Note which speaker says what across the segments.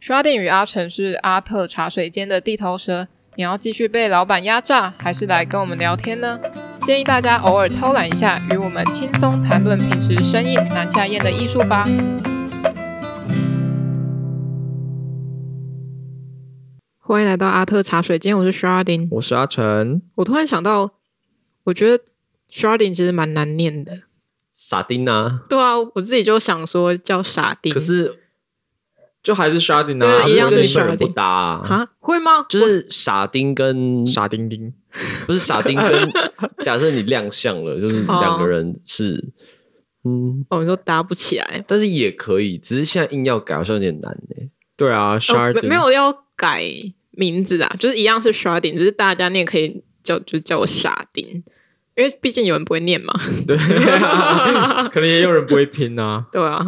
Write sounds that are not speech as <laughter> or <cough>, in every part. Speaker 1: 刷店与阿成是阿特茶水间的地头蛇。你要继续被老板压榨，还是来跟我们聊天呢？建议大家偶尔偷懒一下，与我们轻松谈论平时生硬难下咽的艺术吧。欢迎来到阿特茶水间，我是 Sharding。
Speaker 2: 我是阿成，
Speaker 1: 我突然想到，我觉得 Sharding 其实蛮难念的。
Speaker 2: 傻丁啊，
Speaker 1: 对啊，我自己就想说叫傻丁，
Speaker 2: 可是就还是沙丁
Speaker 1: 对
Speaker 2: 啊，
Speaker 1: 一样
Speaker 2: 就是跟日本人
Speaker 1: Sharding
Speaker 2: 不搭、啊，
Speaker 1: 啊，会吗？
Speaker 2: 就是傻丁跟
Speaker 3: 傻丁丁，
Speaker 2: 不是傻丁跟，假设你亮相了，就是
Speaker 1: 哦
Speaker 2: 两个人是、嗯，
Speaker 1: 我哦，你说搭不起来，
Speaker 2: 但是也可以，只是现在硬要改好像有点难欸呢、
Speaker 3: 对啊，
Speaker 1: 哦
Speaker 3: 沙
Speaker 1: 没
Speaker 3: 丁
Speaker 1: 没有要改名字啊，就是一样是 Sharding，只是大家念可以叫就叫我傻丁，因为毕竟有人不会念嘛。 <laughs>
Speaker 3: 对， <laughs> 可能也有人不会拼啊。
Speaker 1: 对啊，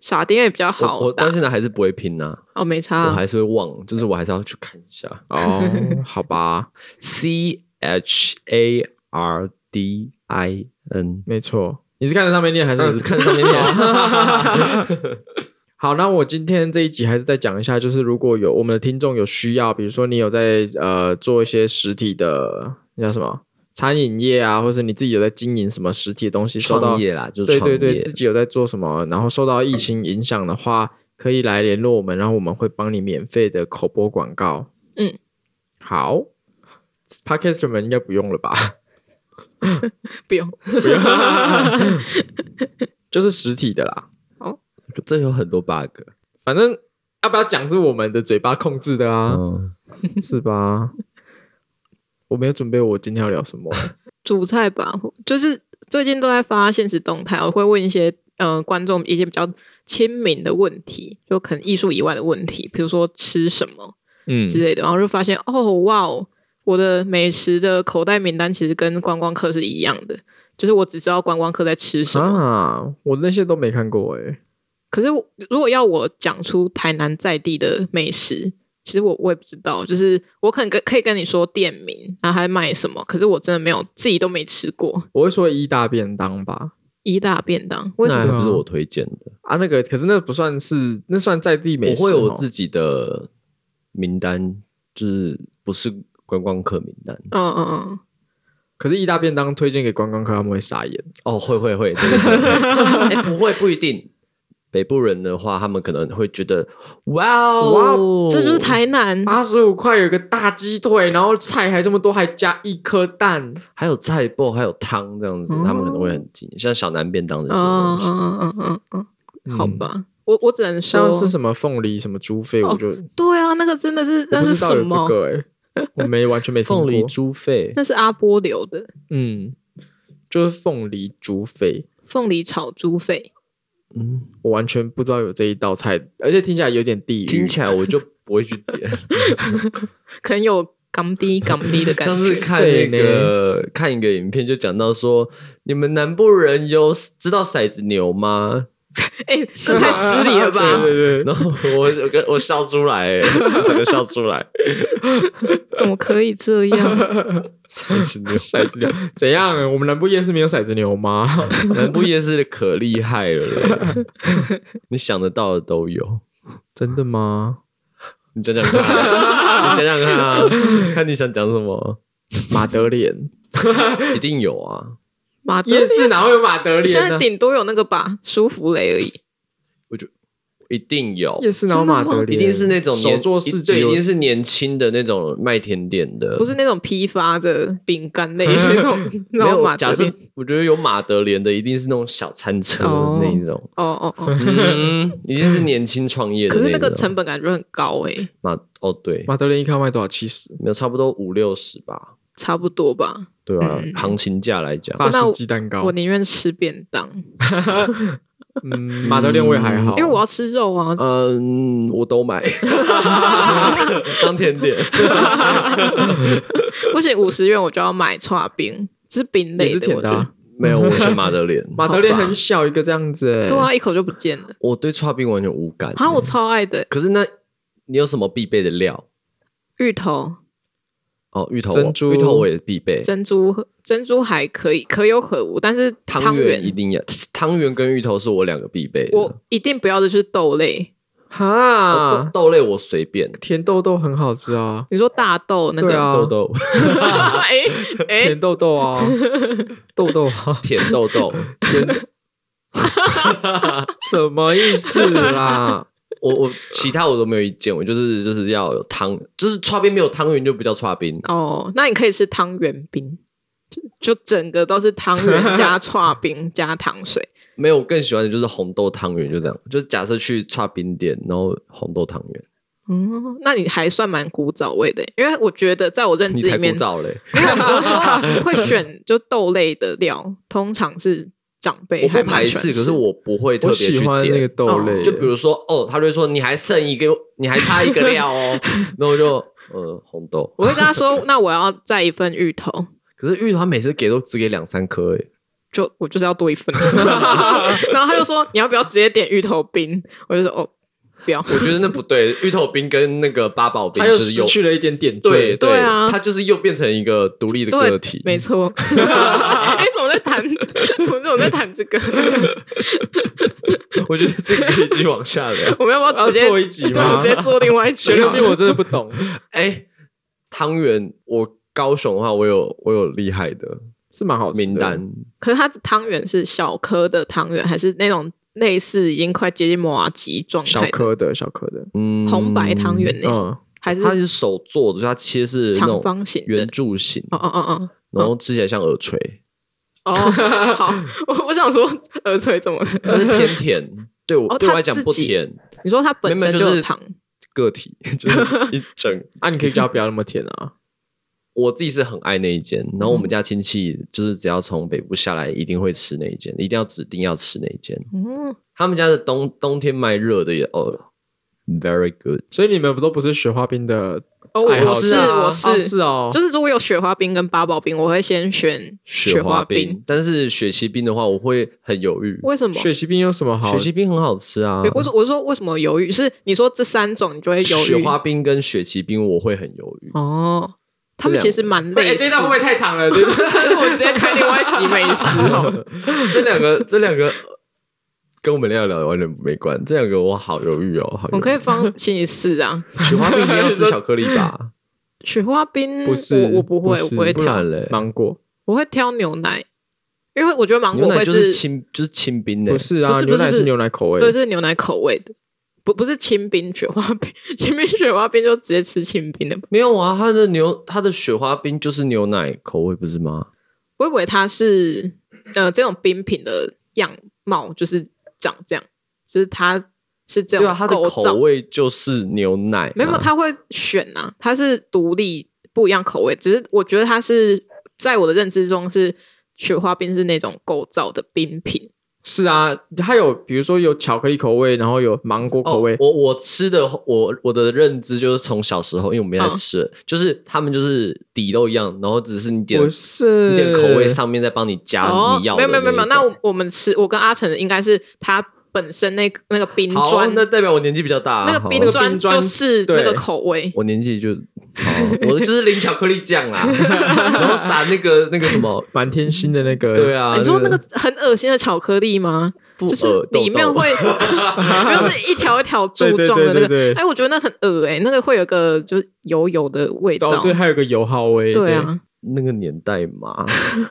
Speaker 1: 傻丁也比较
Speaker 2: 我
Speaker 1: 好
Speaker 2: 我到
Speaker 1: 打
Speaker 2: 现在还是不会拼啊，
Speaker 1: 哦，没
Speaker 2: 我
Speaker 1: 差。
Speaker 2: 还是会忘，就是我还是要去看一下。
Speaker 3: 哦， <laughs> 好吧，
Speaker 2: C H A R D I N，
Speaker 3: 没错，你是看着上面念还
Speaker 1: 嗯
Speaker 2: 呃
Speaker 3: 是
Speaker 2: 看 <laughs> 上面
Speaker 1: <laughs> 哦
Speaker 2: 念。
Speaker 3: 好，那我今天这一集还是再讲一下，就是如果有我们的听众有需要，比如说你有在呃做一些实体的那叫什么餐饮业啊，或是你自己有在经营什么实体的东西，受到
Speaker 2: 创业啦，就是
Speaker 3: 对
Speaker 2: 创业
Speaker 3: 对对，自己有在做什么，然后受到疫情影响的话，可以来联络我们，然后我们会帮你免费的口播广告。
Speaker 1: 嗯，
Speaker 3: 好，Podcaster 们应该不用了吧？ <laughs>
Speaker 1: 不用，
Speaker 3: 不用，
Speaker 2: <laughs>
Speaker 3: 就是实体的啦。
Speaker 2: 这有很多 bug。
Speaker 3: 反正要不要讲是我们的嘴巴控制的啊，
Speaker 2: 嗯，
Speaker 3: 是吧？ <laughs> 我没有准备我今天要聊
Speaker 2: <laughs>
Speaker 3: 什么，
Speaker 1: <laughs> 主菜吧，就是最近都在发现实动态，我会问一些呃观众一些比较亲民的问题，就可能艺术以外的问题，比如说吃什么。
Speaker 3: 嗯，
Speaker 1: 之类的，然后就发现哦哇哦，我的美食的口袋名单其实跟观光客是一样的，就是我只知道观光客在吃什么。
Speaker 3: 啊，我那些都没看过哎、
Speaker 1: 可是我如果要我讲出台南在地的美食，其实我我也不知道，就是我可能跟可以跟你说店名，然后还卖什么，可是我真的没有自己都没吃过。
Speaker 3: 我会说一大便当吧，
Speaker 1: 一大便当为什
Speaker 2: 那
Speaker 1: 么？
Speaker 2: 还不是我推荐的，
Speaker 3: 啊，那个可是那不算是，那算在地美
Speaker 2: 我
Speaker 3: 食哦。
Speaker 2: 会有我自己的名单，就是不是观光客名单。
Speaker 1: 嗯嗯嗯，
Speaker 3: 可是意大便当推荐给观光客，他们会傻眼。
Speaker 2: 哦，会会会，真的 <laughs> 会哎不会不一定。北部人的话，他们可能会觉得，哇哦，
Speaker 1: 这就是台南。
Speaker 3: 八十五块有一个大鸡腿，然后菜还这么多，还加一颗蛋。
Speaker 2: 还有菜包，还有汤这样子，
Speaker 1: 哦
Speaker 2: 他们可能会很惊。像小南便当这些
Speaker 1: 嗯
Speaker 2: 东
Speaker 1: 嗯
Speaker 2: 西，
Speaker 1: 嗯嗯嗯嗯，好吧，我我只能说
Speaker 3: 像是什么凤梨什么猪肺，
Speaker 1: 哦
Speaker 3: 我就、
Speaker 1: 对啊，那个真的是
Speaker 3: 我
Speaker 1: 那
Speaker 3: 不
Speaker 1: 是
Speaker 3: 知
Speaker 1: 什
Speaker 3: 道有
Speaker 1: 么？
Speaker 3: 这个哎、我没完全没听过。
Speaker 2: 凤梨猪肺，
Speaker 1: 那是阿波留的
Speaker 3: 嗯，就是凤梨猪肺，
Speaker 1: 凤梨炒猪肺，
Speaker 2: 嗯，
Speaker 3: 我完全不知道有这一道菜，而且听起来有点地
Speaker 2: 听
Speaker 3: 狱。
Speaker 2: 起来我就不会去 <laughs> 点。
Speaker 1: 可能有港滴港滴的
Speaker 3: <laughs>
Speaker 1: 感
Speaker 2: 上次
Speaker 1: 觉。
Speaker 2: 看
Speaker 3: 费
Speaker 2: 那个看一个影片，就讲到说，你们南部人有知道骰子牛吗？
Speaker 1: <laughs> 哎、这太失礼了吧？
Speaker 3: <laughs> 对
Speaker 1: <laughs>
Speaker 3: 对对，
Speaker 2: <laughs> 然后我我跟我笑出来，哎 <laughs> 整个笑出
Speaker 1: <laughs>
Speaker 2: 来。
Speaker 1: 怎么可以这
Speaker 3: <laughs>
Speaker 1: 样？
Speaker 2: 骰子牛，
Speaker 3: 骰
Speaker 2: <laughs>
Speaker 3: 子牛怎样？我们南部夜市没有骰子牛吗？
Speaker 2: 南部夜市的可厉害了嘞，你想得到的都有。
Speaker 3: 真的吗？
Speaker 2: 你讲讲看，你讲讲看啊，看你想讲什么，
Speaker 3: 马德莲
Speaker 2: 一定有啊。
Speaker 1: 马德
Speaker 3: 夜
Speaker 1: 莲
Speaker 3: 市哪会有马德
Speaker 1: 现
Speaker 3: 莲
Speaker 1: 在
Speaker 3: 呢？
Speaker 1: 顶多有那个吧，舒芙蕾而已。
Speaker 2: 一定有，
Speaker 3: 夜市哪有马德
Speaker 2: 一
Speaker 3: 莲？
Speaker 2: 定是那种
Speaker 3: 手
Speaker 2: 年
Speaker 3: 做市
Speaker 2: 对
Speaker 3: 集，
Speaker 2: 一定是年轻的那种卖甜点
Speaker 3: 呃
Speaker 2: 的，
Speaker 1: 不是那种批发的饼干
Speaker 3: <laughs>
Speaker 1: 类那种，
Speaker 2: 没
Speaker 1: 那种
Speaker 2: 有。
Speaker 1: 马德
Speaker 2: 假设
Speaker 1: 莲。
Speaker 2: 我觉得有马德莲的，一定是那种小餐车的
Speaker 1: 哦
Speaker 2: 那
Speaker 1: <laughs>
Speaker 2: 一种，
Speaker 1: 哦哦
Speaker 3: <laughs>
Speaker 1: 哦，
Speaker 2: 嗯，一定是年轻创业的
Speaker 1: 可是那
Speaker 2: 那
Speaker 1: 个
Speaker 2: 种
Speaker 1: 成本感觉很高哎、
Speaker 2: 马哦对，
Speaker 3: 马德莲一颗要卖多少？七十。
Speaker 2: 没有差不多五六十吧，
Speaker 1: 差不多吧。
Speaker 2: 对啊
Speaker 1: 嗯，
Speaker 2: 行情价来讲，
Speaker 3: 法
Speaker 1: 那我
Speaker 3: 式鸡蛋糕
Speaker 1: 我，宁愿吃便当，
Speaker 3: 嗯，马德莲我也还好，
Speaker 1: 因为我要吃肉啊。
Speaker 3: 呃
Speaker 2: 嗯，我都买当甜点，
Speaker 1: 不行，五十元我就要买串冰，就是冰类
Speaker 3: 也是甜
Speaker 1: 我
Speaker 3: 的
Speaker 1: 觉得
Speaker 3: 啊。
Speaker 2: 没有，我选马德莲。
Speaker 3: 马德莲很小一个这样子，欸
Speaker 1: 对啊，一口就不见了。
Speaker 2: 我对刨冰完全无感。
Speaker 1: 啊，我超爱的
Speaker 2: 可是那你有什么必备的料？
Speaker 1: 芋头、
Speaker 2: 哦，芋头我，
Speaker 3: 珍珠
Speaker 2: 芋头我也必备，
Speaker 1: 珍珠、珍珠还可以，可有可无，但是
Speaker 2: 汤
Speaker 1: 圆
Speaker 2: <laughs> 圆一定要，汤圆跟芋头是我两个必备的。
Speaker 1: 我一定不要的就是豆类，
Speaker 2: 哦豆
Speaker 3: 哈，
Speaker 2: 豆类我随便，
Speaker 3: 甜豆豆很好吃啊，
Speaker 1: 你说大豆那
Speaker 3: 对
Speaker 1: 个，
Speaker 3: 啊，
Speaker 2: 豆豆
Speaker 1: <laughs> 哎哎
Speaker 3: 甜，豆豆
Speaker 1: <laughs>
Speaker 3: 啊，豆豆啊，
Speaker 2: 甜豆豆，
Speaker 3: 什么意思啦？
Speaker 2: 我我其他我都没有意见，我就是就是要有汤，就是刨冰没有汤圆就不叫刨冰。
Speaker 1: 哦，那你可以吃汤圆冰，就就整个都是汤圆加 <laughs> 串冰加糖水。
Speaker 2: 没有，我更喜欢的就是红豆汤圆，就这样。就是假设去串冰店，然后红豆汤圆，
Speaker 1: 嗯，那你还算蛮古早味的，因为我觉得在我认
Speaker 2: 你
Speaker 1: 知
Speaker 2: 才
Speaker 1: 里
Speaker 2: 古
Speaker 1: 面，
Speaker 2: 早嘞。
Speaker 1: 因为我说会选就豆类的料，通常是长辈
Speaker 2: 我
Speaker 1: 还
Speaker 2: 不
Speaker 1: 蛮
Speaker 2: 排
Speaker 1: 喜欢
Speaker 2: 斥，可是
Speaker 1: 吃
Speaker 2: 我不会 <laughs> 特
Speaker 3: 我
Speaker 2: 别去
Speaker 3: 喜欢那个
Speaker 2: 点。
Speaker 3: 豆类，
Speaker 2: 就比如说，哦，他就会说你还剩一个，你还差一个
Speaker 1: <laughs>
Speaker 2: 料哦，然后我就呃红豆。
Speaker 1: 我会跟他说， <laughs> 那我要再一份芋头，
Speaker 2: 可是芋头他每次给都只给两三颗诶，
Speaker 1: 就我就是要多一
Speaker 3: <laughs>
Speaker 1: 份。 <laughs> 然后他就说你要不要直接点芋头冰？我就说哦，不要。
Speaker 2: 我觉得那
Speaker 1: <laughs>
Speaker 2: 不对。芋头冰跟那个八宝冰
Speaker 3: 它
Speaker 2: 就
Speaker 3: 又
Speaker 2: 是
Speaker 3: 失
Speaker 2: 有
Speaker 3: 去了一点点
Speaker 2: 对
Speaker 3: 缀，
Speaker 1: 对啊
Speaker 2: 它就是又变成一个独立的
Speaker 1: 对
Speaker 2: 个体。 <laughs>
Speaker 1: 没
Speaker 3: <laughs>
Speaker 1: 错。 <laughs> 哎、怎么在谈？我们怎么在谈这个？
Speaker 2: 我觉得这
Speaker 3: <laughs>
Speaker 2: 个可以继续往下聊。
Speaker 1: 我们要不要
Speaker 3: 要
Speaker 1: 直接
Speaker 3: 做一集
Speaker 1: 对，我
Speaker 3: 吗
Speaker 1: 们直？接做另外一集
Speaker 3: 雪
Speaker 1: 好
Speaker 3: 溜
Speaker 1: 了。
Speaker 3: 冰我真的不懂，
Speaker 2: 哎，汤圆，我高雄的话，我有我有厉害的
Speaker 3: 是蛮好吃的
Speaker 2: 名单。
Speaker 1: 可是它的汤圆是小颗的汤圆，还是那种类似已经快接近麻吉状
Speaker 3: 小
Speaker 1: 态的
Speaker 3: 颗的小颗的，
Speaker 2: 嗯
Speaker 1: 红白汤圆，那种，
Speaker 3: 嗯，
Speaker 1: 还是
Speaker 2: 它是手做的，所以它切是那
Speaker 1: 长
Speaker 2: 种
Speaker 1: 方形的
Speaker 2: 圆？柱形，
Speaker 1: 哦哦哦
Speaker 2: 然后吃起来像
Speaker 1: <laughs>
Speaker 2: 耳垂，
Speaker 1: 哦哦，好，我我想说耳垂怎么了？
Speaker 2: 但是偏甜。对我
Speaker 1: 哦
Speaker 2: 对我
Speaker 1: 它
Speaker 2: 来讲
Speaker 1: 自
Speaker 2: 不
Speaker 1: 己
Speaker 2: 甜，
Speaker 1: 你说它本身
Speaker 2: 明明就是
Speaker 1: 有糖，
Speaker 2: 个体 <laughs> 就是一
Speaker 1: <laughs>
Speaker 2: 整。
Speaker 3: 啊，你可以叫它不要那么甜啊，
Speaker 2: 我自己是很爱那一间，然后
Speaker 1: 嗯
Speaker 2: 我们家亲戚就是只要从北部下来，一定会吃那一间，一定要指定要吃那一间。
Speaker 1: 嗯，
Speaker 2: 他们家的冬冬天卖热的也哦，very good。
Speaker 3: 所以你们都不是雪花冰的
Speaker 1: 哦，
Speaker 3: 爱
Speaker 1: 我
Speaker 3: 好
Speaker 1: 是
Speaker 3: 者啊，
Speaker 1: 我
Speaker 3: 哦
Speaker 1: 是，
Speaker 3: 是哦，
Speaker 1: 就是如果有雪花冰跟八宝冰，我会先选
Speaker 2: 雪花
Speaker 1: 冰。
Speaker 2: 冰，但是雪淇冰的话，我会很犹豫。
Speaker 1: 为什么？
Speaker 3: 雪淇冰有什么好
Speaker 2: 雪？淇冰很好吃啊，
Speaker 1: 我说我说为什么犹豫？是你说这三种你就会犹豫？
Speaker 2: 雪花冰跟雪淇冰我会很犹豫。
Speaker 1: 哦，他们其实蛮
Speaker 3: 哎，
Speaker 1: 类
Speaker 3: 这
Speaker 1: 似
Speaker 3: 一段会不会
Speaker 1: 的。
Speaker 3: 太长了？这一段
Speaker 1: <laughs> 我直接开另外一集美食哦。
Speaker 2: 这两个，这两个跟我们聊聊完全没关。这两个我好犹豫哦，好犹
Speaker 1: <laughs>
Speaker 2: 豫
Speaker 1: 我可以放星期四啊，
Speaker 2: 雪花冰一定要吃巧克力
Speaker 1: <laughs>
Speaker 2: 吧？
Speaker 1: 雪花冰
Speaker 3: 不是
Speaker 1: 我我不会，
Speaker 3: 不
Speaker 1: 我
Speaker 3: 是
Speaker 1: 不会
Speaker 2: 不
Speaker 1: 挑，
Speaker 2: 然嘞，
Speaker 3: <laughs> 芒果
Speaker 1: 我会挑牛奶，因为我觉得芒
Speaker 2: 牛
Speaker 1: 果
Speaker 2: 奶
Speaker 1: 会
Speaker 2: 就是清就是清冰的
Speaker 3: 不，是啊
Speaker 1: 不，是不
Speaker 3: 牛
Speaker 1: 是
Speaker 3: 奶
Speaker 1: 不是
Speaker 3: 是牛奶口味，
Speaker 1: 对，是牛奶口味的，不不是清冰雪花冰， <laughs> 清冰雪花冰就直接吃清冰的吧。
Speaker 2: 没有啊，它的牛它的雪花冰就是牛奶口味不是吗？
Speaker 1: 我以为它是呃这种冰品的样貌就是长这样，就是它是这
Speaker 2: 对
Speaker 1: 种
Speaker 2: 啊，它的
Speaker 1: 构造
Speaker 2: 口味就是牛奶啊，
Speaker 1: 没有，他会选啊，他是独立不一样口味，只是我觉得他是在我的认知中是雪花冰是那种构造的冰品，
Speaker 3: 是啊，它有比如说有巧克力口味，然后有芒果口味
Speaker 2: 哦、，我我吃的，我我的认知就是从小时候，因为我没在
Speaker 1: 嗯
Speaker 2: 吃，就是他们就是底都一样，然后只是你点
Speaker 3: 不是
Speaker 2: 你点口味上面再帮你加
Speaker 1: 哦
Speaker 2: 啊你要，
Speaker 1: 没
Speaker 2: 的
Speaker 1: 有没有
Speaker 2: 一
Speaker 1: 没有，没有
Speaker 2: 种
Speaker 1: 那我我们吃，我跟阿成应该是他本身那个那个冰
Speaker 2: 好
Speaker 1: 砖，
Speaker 2: 那代表我年纪比较大啊、
Speaker 1: 那个
Speaker 2: 好
Speaker 1: 冰
Speaker 3: 那个
Speaker 1: 砖
Speaker 3: 冰砖
Speaker 1: 就是
Speaker 3: 对
Speaker 1: 那个口味，
Speaker 2: 我年纪就好，啊我的就是淋巧克力酱
Speaker 1: <laughs>
Speaker 2: 啦，然后撒那个那个什么，
Speaker 3: 满天星的那个，
Speaker 2: 对啊，
Speaker 1: 哎你说那个很恶心的巧克力吗？
Speaker 2: 不
Speaker 1: 就是
Speaker 2: 呃
Speaker 1: 里面
Speaker 2: 豆豆 <laughs>
Speaker 1: 会，没有是一条一条柱
Speaker 3: 对对对
Speaker 1: 状的那
Speaker 3: 对对
Speaker 1: 个，
Speaker 3: 对
Speaker 1: 哎，我觉得那很恶哎，那个会有个就是油油的味道
Speaker 3: 哦，，对，还有个油耗味，
Speaker 1: 对啊，，
Speaker 2: 那个年代嘛，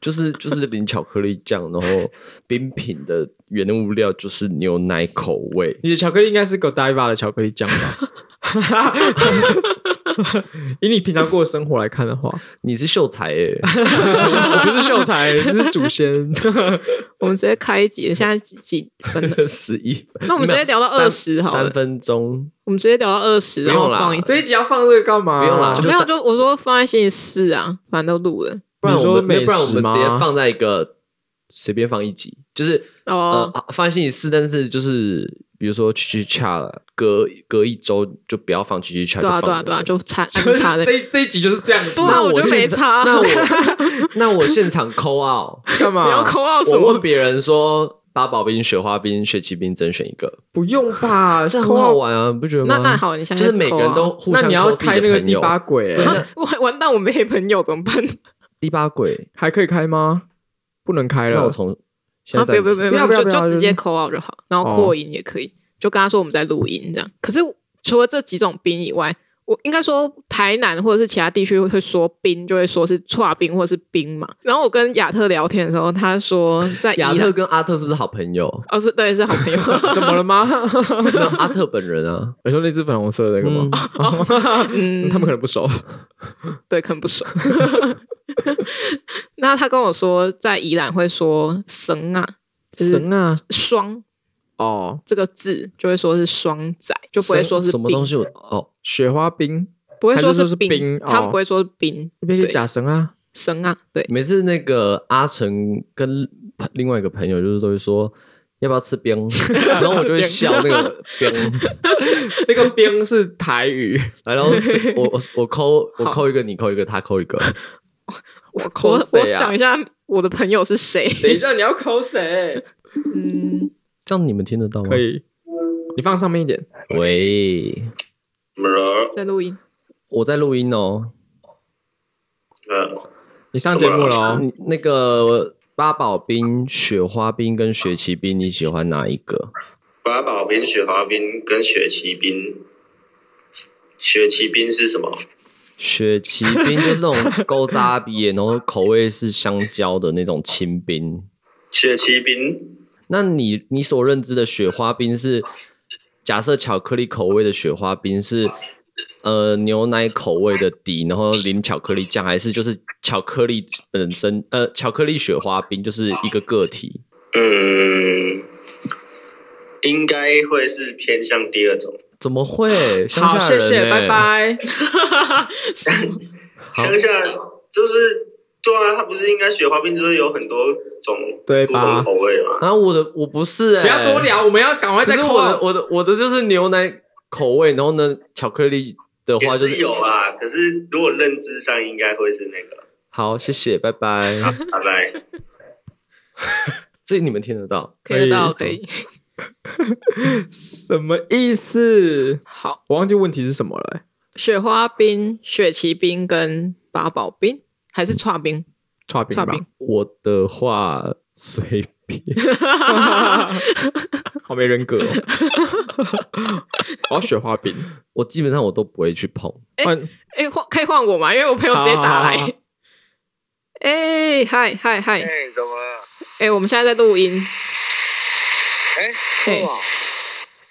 Speaker 2: 就是就是淋巧克力酱，然后冰品的原物料就是牛奶口味。
Speaker 3: 你的巧克力应该是 Godiva 的巧克力酱吧？
Speaker 1: <laughs>
Speaker 3: <laughs> 以你平常过的生活来看的话，
Speaker 2: 你是秀才耶、
Speaker 3: 我不是秀才，你是祖先。 <laughs>
Speaker 1: 我们直接开一集，现在几几分了？
Speaker 2: 十一
Speaker 1: <laughs>
Speaker 2: 分。
Speaker 1: 那我们直接聊到
Speaker 2: 没有
Speaker 1: 20好了
Speaker 2: 三三分钟
Speaker 1: 我们直接聊到二十，
Speaker 2: 不
Speaker 1: 然
Speaker 2: 用
Speaker 1: 后
Speaker 2: 啦
Speaker 1: 放一
Speaker 3: 这
Speaker 1: 集。
Speaker 3: 一集要放这个干嘛？
Speaker 2: 不用啦
Speaker 1: 没
Speaker 2: 就
Speaker 1: 有，
Speaker 2: 是
Speaker 1: 就我说放在星期四啊，反正都录了。
Speaker 2: 不然
Speaker 3: 你
Speaker 2: 我
Speaker 3: 说
Speaker 2: 们没有
Speaker 3: 美
Speaker 2: 不然我
Speaker 3: 食
Speaker 2: 们
Speaker 3: 吗
Speaker 2: 直接放在一个随便放一集，就是、
Speaker 1: 哦
Speaker 2: 呃放在星期四，但是就是比如说去去恰了，隔隔一周就不要放去去恰，
Speaker 1: 对啊，
Speaker 2: <laughs> 就
Speaker 1: 对
Speaker 2: 呃放
Speaker 1: 啊，
Speaker 2: 那
Speaker 1: 对啊，
Speaker 2: 个
Speaker 1: 就差安插的。
Speaker 3: 这 <laughs> 这一集就是这样子。
Speaker 1: 对啊，
Speaker 2: 我
Speaker 1: 我就
Speaker 2: 现
Speaker 1: 没差。
Speaker 2: 那我那我现场抠 out，
Speaker 1: <laughs>
Speaker 3: 干
Speaker 1: 你要
Speaker 3: 嘛？
Speaker 1: 扣到什
Speaker 2: 啊我问
Speaker 1: 么？
Speaker 2: 别人说八宝冰、雪花冰、雪淇冰，甄选一个，
Speaker 3: 不用吧？
Speaker 2: 这很好。玩啊，你不觉得吗？
Speaker 1: 那那好，你现
Speaker 2: 就
Speaker 1: 在
Speaker 2: 是每个人
Speaker 1: 扣
Speaker 2: 都
Speaker 1: 啊
Speaker 2: 互
Speaker 3: 那
Speaker 2: 相
Speaker 3: 你
Speaker 2: 抠
Speaker 3: 要
Speaker 2: 自己
Speaker 3: 开
Speaker 2: 的
Speaker 3: 那个
Speaker 2: 朋
Speaker 3: 第
Speaker 2: 友。
Speaker 3: 八鬼、
Speaker 2: 对
Speaker 3: 欸，
Speaker 2: 那
Speaker 1: 完完蛋，我没朋友怎么办？
Speaker 2: 第八鬼，
Speaker 3: 还可以开吗？不能开
Speaker 2: 那
Speaker 3: 了
Speaker 2: 我。从现
Speaker 1: 啊，
Speaker 2: 在
Speaker 1: 不要不要不
Speaker 2: 暂停
Speaker 1: 要
Speaker 3: 不要不要
Speaker 1: 就
Speaker 3: 不要
Speaker 1: 就直
Speaker 3: 就
Speaker 1: 接
Speaker 3: 是
Speaker 1: 扣 out 就好，然后
Speaker 3: 哦
Speaker 1: 扩音也可以。就跟他说我们在录音这样。可是除了这几种冰以外，我应该说台南或者是其他地区会说冰，就会说是串冰或是冰嘛。然后我跟亚特聊天的时候，他说在宜
Speaker 2: 亚
Speaker 1: 兰
Speaker 2: 特跟阿特是不是好
Speaker 1: <laughs>
Speaker 2: 朋友？
Speaker 1: 哦是对是好
Speaker 3: <laughs>
Speaker 1: 朋友，
Speaker 3: <laughs> 怎么了吗？
Speaker 2: 没有阿特本人啊，
Speaker 3: 你说那只粉红色的那个吗？
Speaker 1: 嗯，
Speaker 3: 他们可能不熟。
Speaker 1: 对，可能不熟。 <laughs> 那他跟我说，在宜兰会说“绳啊”，就是
Speaker 3: 神啊！
Speaker 1: 双
Speaker 3: 哦，
Speaker 1: 这个字，就会说是双仔，就不会说是
Speaker 2: 什么东
Speaker 1: 冰，
Speaker 2: 西我？哦，
Speaker 3: 雪花冰
Speaker 1: 不会
Speaker 3: 还是
Speaker 1: 说
Speaker 3: 说是
Speaker 1: 冰
Speaker 3: 冰，
Speaker 1: 他们
Speaker 3: 哦
Speaker 1: 不会说是冰，
Speaker 3: 那边是
Speaker 1: 对
Speaker 3: 假神啊，
Speaker 1: 绳啊，对，
Speaker 2: 每次那个阿成跟另外一个朋友就是都会说。要不要
Speaker 1: <laughs>
Speaker 2: 吃冰？然后我就会笑那个冰，
Speaker 3: 那个冰是台语，
Speaker 2: 来，然后是我我我扣我扣一个，你扣一个，他扣一个，
Speaker 1: 我
Speaker 3: 抠
Speaker 1: 我我
Speaker 3: 谁啊
Speaker 1: 想一下，我的朋友是谁？
Speaker 3: <laughs>
Speaker 1: <laughs>
Speaker 3: 等一下，你要抠谁？
Speaker 1: 嗯，
Speaker 2: 这样你们听得到吗？
Speaker 3: 可以，你放上面一点。
Speaker 2: 喂，
Speaker 1: 在录音，
Speaker 2: 我在录音哦。
Speaker 4: 嗯，
Speaker 3: 你上节目了
Speaker 2: 啊
Speaker 3: 哦。
Speaker 2: 你那个八宝冰、雪花冰跟雪奇冰，你喜欢哪一个？
Speaker 4: 八宝冰、雪花冰跟雪奇冰，雪奇冰是什么？
Speaker 2: 雪奇冰就是那种勾扎鼻，然后口味是香蕉的那种清冰。
Speaker 4: 雪奇冰，
Speaker 2: 那你你所认知的雪花冰是，假设巧克力口味的雪花冰是，呃牛奶口味的底，然后淋巧克力酱，还是就是巧克力本身？呃，巧克力雪花冰就是一个个体。
Speaker 4: 嗯，应该会是偏向第二种。
Speaker 2: 怎么会？乡
Speaker 3: 好，
Speaker 2: 下
Speaker 3: 谢
Speaker 2: 人
Speaker 3: 谢，
Speaker 2: 欸
Speaker 3: 哎拜。拜。
Speaker 2: 好
Speaker 4: 乡下就是对啊，它不是应该雪花冰就是有很多种
Speaker 3: 对
Speaker 4: 多
Speaker 3: 吧
Speaker 4: 种口味吗？
Speaker 2: 然后啊我的我不是、欸，
Speaker 3: 不要多聊，我们要赶快
Speaker 2: 可
Speaker 3: 再
Speaker 2: 是
Speaker 3: 扣
Speaker 2: 我的
Speaker 3: 啊。
Speaker 2: 我的我的就是牛奶口味，然后呢，巧克力的
Speaker 4: 也
Speaker 2: 话就是
Speaker 4: 有啊，可是如果认知上应该会是那个。
Speaker 2: 好，谢谢，拜拜。
Speaker 4: 拜拜。
Speaker 2: <laughs> 这你们听得到？
Speaker 1: 听得到可
Speaker 3: 可以
Speaker 1: 以。
Speaker 3: 什么意思？
Speaker 1: 好，
Speaker 3: 我忘记问题是什么了欸。
Speaker 1: 雪花冰、雪奇冰跟八宝冰还是串冰？
Speaker 3: 差评
Speaker 1: 差
Speaker 3: 吧
Speaker 1: 评，
Speaker 2: 我的话随便，
Speaker 3: <laughs>
Speaker 2: <laughs>
Speaker 3: 好没人格哦。 <laughs> 我要雪花饼，
Speaker 2: 我基本上我都不会去碰。
Speaker 3: 换
Speaker 1: 哎，换可以换我吗？因为我朋友直接打
Speaker 3: 好好好好
Speaker 1: 来。 <laughs> 哎，嗨嗨嗨！
Speaker 4: <laughs> 哎，怎么了？
Speaker 1: 哎、我们现在在录音。哎、
Speaker 4: 是吗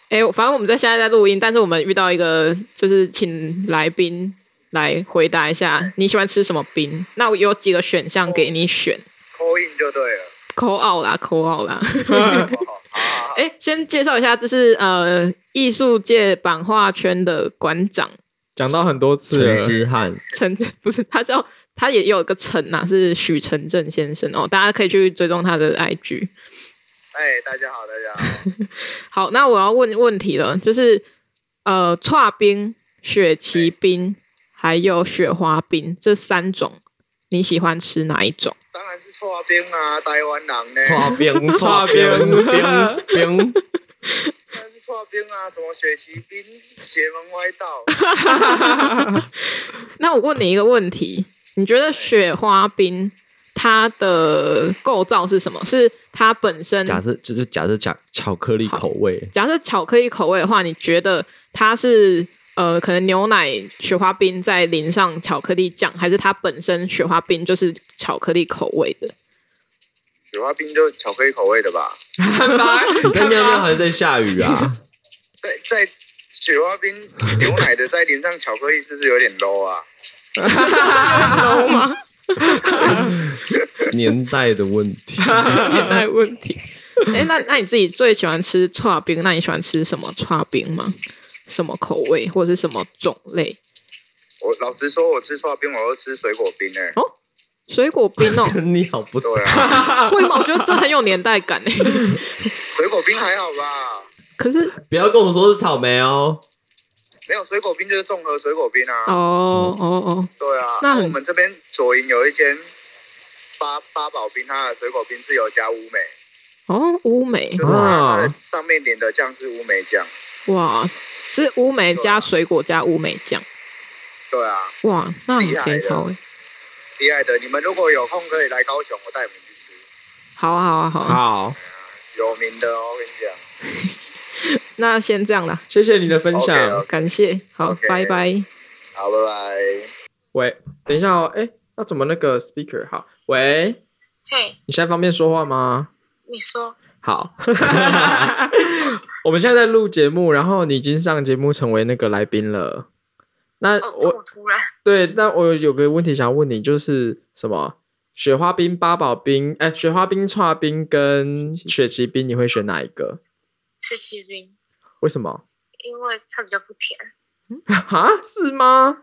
Speaker 1: 哎、我反正我们在现在在录音，但是我们遇到一个，就是请来宾来回答一下你喜欢吃什么冰。那我有几个选项给你选，
Speaker 4: 扣印就对了。
Speaker 1: 扣奥啦，扣奥啦。
Speaker 4: 好好好
Speaker 1: 哎、先介绍一下，这是呃艺术界版画圈的馆长
Speaker 3: <laughs> 讲到很多次
Speaker 2: 陈
Speaker 3: 了，
Speaker 2: 之汉，
Speaker 1: 陈， <laughs> 不是他叫他也有个陈呐、是许承正先生哦，大家可以去追踪他的 IG。
Speaker 4: 哎，大家好，大家好。
Speaker 1: 好，那我要问问题了，就是呃，串冰、雪奇冰还有雪花冰这三种，你喜欢吃哪一种？
Speaker 4: 当然是搓冰啊，台湾人呢。
Speaker 1: 啊
Speaker 2: 擦
Speaker 3: <laughs>
Speaker 2: 边擦
Speaker 3: 边 <laughs>
Speaker 2: 边边边，
Speaker 4: 当然是搓冰啊，什么雪奇冰、邪门歪道。
Speaker 1: 那我问你一个问题，你觉得雪花冰它的构造是什么？是它本身
Speaker 2: 假设就是假设假巧克力口味，
Speaker 1: 假设巧克力口味的话，你觉得它是呃，可能牛奶雪花冰再淋上巧克力酱，还是它本身雪花冰就是巧克力口味 <laughs> 的？
Speaker 4: 雪花冰就巧克力口味的吧？
Speaker 3: 看吧，
Speaker 2: 你在
Speaker 3: 看啊
Speaker 2: 尿尿
Speaker 3: 吧，
Speaker 2: 还是在下
Speaker 3: <laughs>
Speaker 2: 雨啊？
Speaker 4: 在在雪花冰牛奶的再淋上巧克力，是不是有点 low 啊？
Speaker 1: 懂吗？
Speaker 2: 年代的问
Speaker 3: <laughs>
Speaker 2: 题，
Speaker 1: 年代问题。哎、那那你自己最喜欢吃串冰？那你喜欢吃什么串冰吗？什么口味或是什么种类？
Speaker 4: 我老实说，我吃搓冰，我都吃水果冰哎、
Speaker 1: 水果冰 <laughs> 哦，
Speaker 2: 你好不
Speaker 1: <laughs>
Speaker 4: 对啊，
Speaker 1: 会吗？我觉得这很有年代感哎。
Speaker 4: 水果冰还好吧？
Speaker 1: <laughs> 可是
Speaker 2: 不要跟我说是草
Speaker 3: <laughs>
Speaker 2: 莓哦。
Speaker 4: 没有水果冰就是综合水果冰啊。
Speaker 1: <laughs> 哦哦哦，
Speaker 4: 对啊，
Speaker 1: 那
Speaker 4: 那、
Speaker 1: 很
Speaker 4: 我们这边左营有一间八八宝冰，它的水果冰是有加乌梅，
Speaker 1: 哦，乌梅
Speaker 4: 就是它它的
Speaker 3: 啊
Speaker 4: 上面淋的酱是乌梅酱。
Speaker 1: 哇，是乌梅加水果加乌梅酱
Speaker 4: 对啊，
Speaker 1: 哇，那很前超哎。
Speaker 4: 厉害的！你们如果有空可以来高雄，我带你们去吃，
Speaker 1: 好啊好啊好啊，
Speaker 3: 好，
Speaker 4: 有名的哦，我跟你讲。
Speaker 1: 那先这样啦，
Speaker 3: 谢谢你的分享。
Speaker 4: OK，OK
Speaker 1: 感谢，好
Speaker 4: OK
Speaker 1: 拜拜。
Speaker 4: 好，拜拜。
Speaker 3: 喂，等一下哦，哎，那怎么那个 speaker 好？喂，
Speaker 5: 嘿，
Speaker 3: 你现在方便说话吗？
Speaker 5: 你说
Speaker 3: 好， <laughs> 我们现在在录节目，然后你已经上节目成为那个来宾了。那
Speaker 5: 哦，这
Speaker 3: 我
Speaker 5: 么突然，
Speaker 3: 对，那我有个问题想问你，就是什么雪花冰、八宝冰，哎，雪花冰、串冰跟雪奇冰，你会选哪一个？
Speaker 5: 学习冰，
Speaker 3: 为什 <laughs> 么？
Speaker 5: 因为它比较不甜。
Speaker 3: 哈，是吗？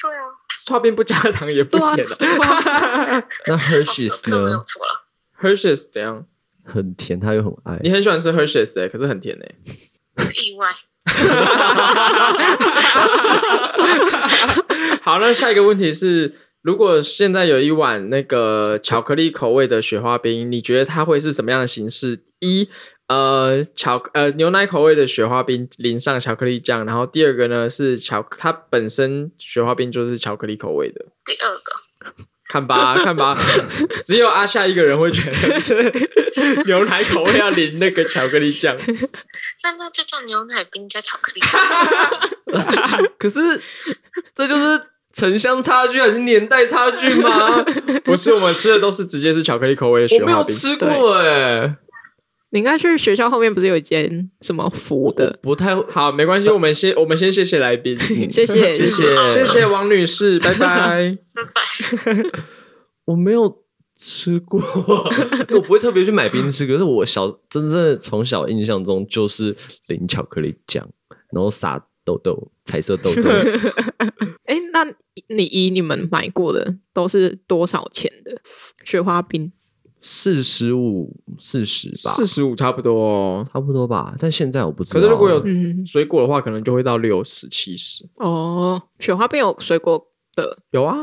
Speaker 5: 对啊，
Speaker 3: 串冰不加糖也不
Speaker 1: 对啊，
Speaker 3: 甜的。
Speaker 1: 对啊
Speaker 2: 那
Speaker 5: 哦
Speaker 2: Hershey's
Speaker 5: 这没有
Speaker 2: 呢？
Speaker 5: 错了。
Speaker 3: Hershey's 怎样？
Speaker 2: 很甜，他又很爱。
Speaker 3: 你很喜欢吃 Hershey's 哎、可是很甜哎、
Speaker 5: 意外，
Speaker 3: 好，那下一个问题是，如果现在有一碗那个巧克力口味的雪花冰，你觉得它会是什么样的形式？一，呃，巧呃牛奶口味的雪花冰淋上巧克力酱，然后第二个呢是巧，它本身雪花冰就是巧克力口味的。
Speaker 5: 第二个
Speaker 3: 看
Speaker 2: <laughs>
Speaker 3: 吧，看吧，只有阿夏一个人会觉得是牛奶口味要淋那个巧克力酱。
Speaker 5: 那那就叫牛奶冰加巧克力。
Speaker 2: <laughs> 可是这就是城乡差距还是年代差距
Speaker 3: <laughs>
Speaker 2: 吗？
Speaker 3: 不是，我们吃的都是直接是巧克力口味的
Speaker 2: 我
Speaker 3: 雪
Speaker 2: 没
Speaker 3: 花
Speaker 2: 有
Speaker 3: 冰。
Speaker 2: 吃过哎、
Speaker 1: <laughs> 你应该去学校后面不是有一间什么福的？
Speaker 2: 不太好。
Speaker 3: 好，没关系，我们先我们先谢谢来
Speaker 2: <laughs>
Speaker 3: 宾，
Speaker 1: <laughs> 谢谢
Speaker 2: 谢谢
Speaker 3: 谢谢王女士，拜拜。
Speaker 5: 拜拜。
Speaker 2: 我没有吃过， <laughs> 因为我不会特别去买冰吃。可是我小真正的从小印象中就是淋巧克力酱，然后撒豆豆，彩色豆 <laughs> 豆。
Speaker 1: 哎，那你以你们买过的都是多少钱的雪花冰？
Speaker 2: 四十五、四十吧，
Speaker 3: 四十五差不多哦，
Speaker 2: 差不多吧。但现在我不知道。
Speaker 3: 可是如果有
Speaker 1: 嗯，
Speaker 3: 水果的话，可能就会到六十、七十。
Speaker 1: 哦，雪花冰有水果的
Speaker 3: 有啊，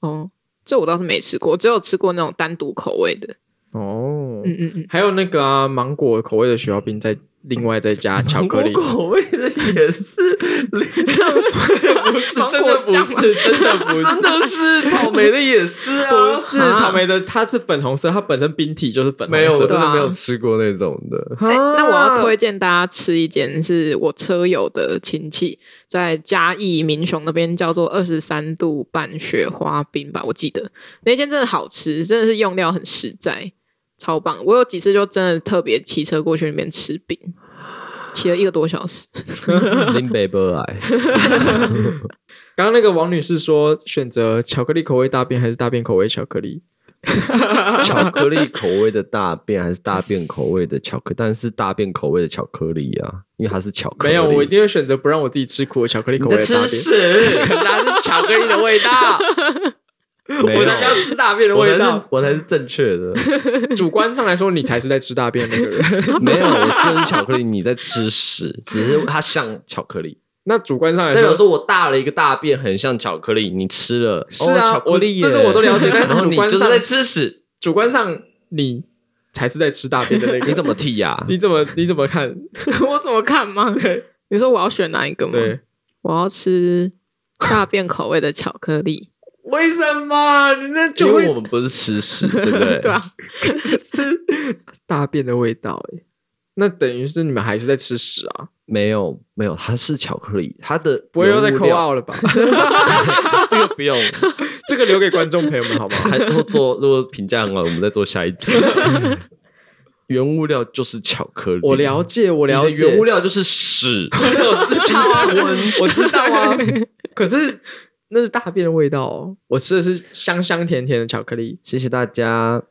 Speaker 1: 哦，这我倒是没吃过，只有吃过那种单独口味的。
Speaker 3: 哦，
Speaker 1: 嗯嗯嗯，
Speaker 3: 还有那个啊，芒果口味的雪花冰，再另外再
Speaker 2: <laughs>
Speaker 3: 加巧克力，
Speaker 2: 口味的也是 <laughs> 淋上，
Speaker 3: 不是真的不是，真的不是，
Speaker 2: <laughs> 真的是草莓的也是啊，
Speaker 3: 不是
Speaker 1: 啊
Speaker 3: <laughs> 草莓的，它是粉红色，它本身冰体就是粉红色。
Speaker 2: 没有，我真
Speaker 1: 对
Speaker 2: 的
Speaker 1: 啊
Speaker 2: 没有吃过那种的。
Speaker 1: 哎那我要推
Speaker 3: 推
Speaker 1: 荐大家吃一间是我车友的亲戚在嘉义民雄那边叫做二十三度半雪花冰吧，我记得那间真的好吃，真的是用料很实在，超棒。我有几次就真的特别骑车过去那边吃冰，骑了一个多小时。 <laughs>
Speaker 2: 林北伯来，
Speaker 3: 刚刚那个王女士说，选择巧克力口味大便还是大便口味巧克力？
Speaker 2: 巧克力口味的大便还是大便口味的巧克力？但是大便口味的巧克力啊，因为它是巧克力。
Speaker 3: 没有，我一定会选择不让我自己吃苦的巧克力口
Speaker 2: 你
Speaker 3: 味
Speaker 2: 在
Speaker 3: 的大
Speaker 2: 吃
Speaker 3: 便。
Speaker 2: 屎，
Speaker 3: 可是它是巧克力的味道，
Speaker 2: 没有
Speaker 3: <laughs> 我才不要吃大便的
Speaker 2: 我才
Speaker 3: 味
Speaker 2: 是
Speaker 3: 道。
Speaker 2: 我才是正
Speaker 3: <laughs>
Speaker 2: 确的。
Speaker 3: 主观上来说，你才是在吃大便的那个 <laughs> 人。
Speaker 2: 没有，我吃的是巧克力，你在吃屎，只是它像巧克力。
Speaker 3: 那主观上来
Speaker 2: 代表
Speaker 3: 说，
Speaker 2: 说我大了一个大便，很像巧克力，你吃了
Speaker 3: 是啊
Speaker 2: 哦巧克力耶，
Speaker 3: 我这是我都了解但
Speaker 2: <laughs> 然后你
Speaker 3: 主观
Speaker 2: 就是
Speaker 3: 上
Speaker 2: 在吃屎，
Speaker 3: 主观上你才是在吃大便的那个。
Speaker 2: 你怎么？剔牙？
Speaker 3: <laughs> 你怎么？你怎么看？
Speaker 1: 我怎么看吗？你说我要选哪一个吗？
Speaker 3: 对，
Speaker 1: 我要吃大便口味的巧克力。
Speaker 3: 为什么？你那
Speaker 2: 因
Speaker 3: 就
Speaker 2: 为我
Speaker 3: 会
Speaker 2: 们不是吃屎，对不
Speaker 3: <laughs>
Speaker 2: 对？
Speaker 1: 对啊，
Speaker 3: 吃大便的味道、欸？那等于是你们还是在吃屎啊？
Speaker 2: 没有没有，它是巧克力，它的
Speaker 3: 不会又在啊
Speaker 2: 原物
Speaker 3: 扣
Speaker 2: 料，
Speaker 3: out 了吧？ <laughs>
Speaker 2: <laughs> 这个不用，
Speaker 3: 这个留给观众朋友们好不 <laughs> 好？
Speaker 2: 还后做如果评价很好，我们再做下一
Speaker 3: <laughs>
Speaker 2: 集。原物料就是巧克力，
Speaker 3: 我了解，我
Speaker 2: 你
Speaker 3: 了
Speaker 2: 的
Speaker 3: 解。
Speaker 2: 原物料就是
Speaker 3: <laughs>
Speaker 2: 屎，
Speaker 3: 我知道
Speaker 2: <laughs>
Speaker 3: 啊，我知道啊。可是那是大便的味道、哦，我吃的是香香甜甜的巧克力。
Speaker 2: 谢谢大家。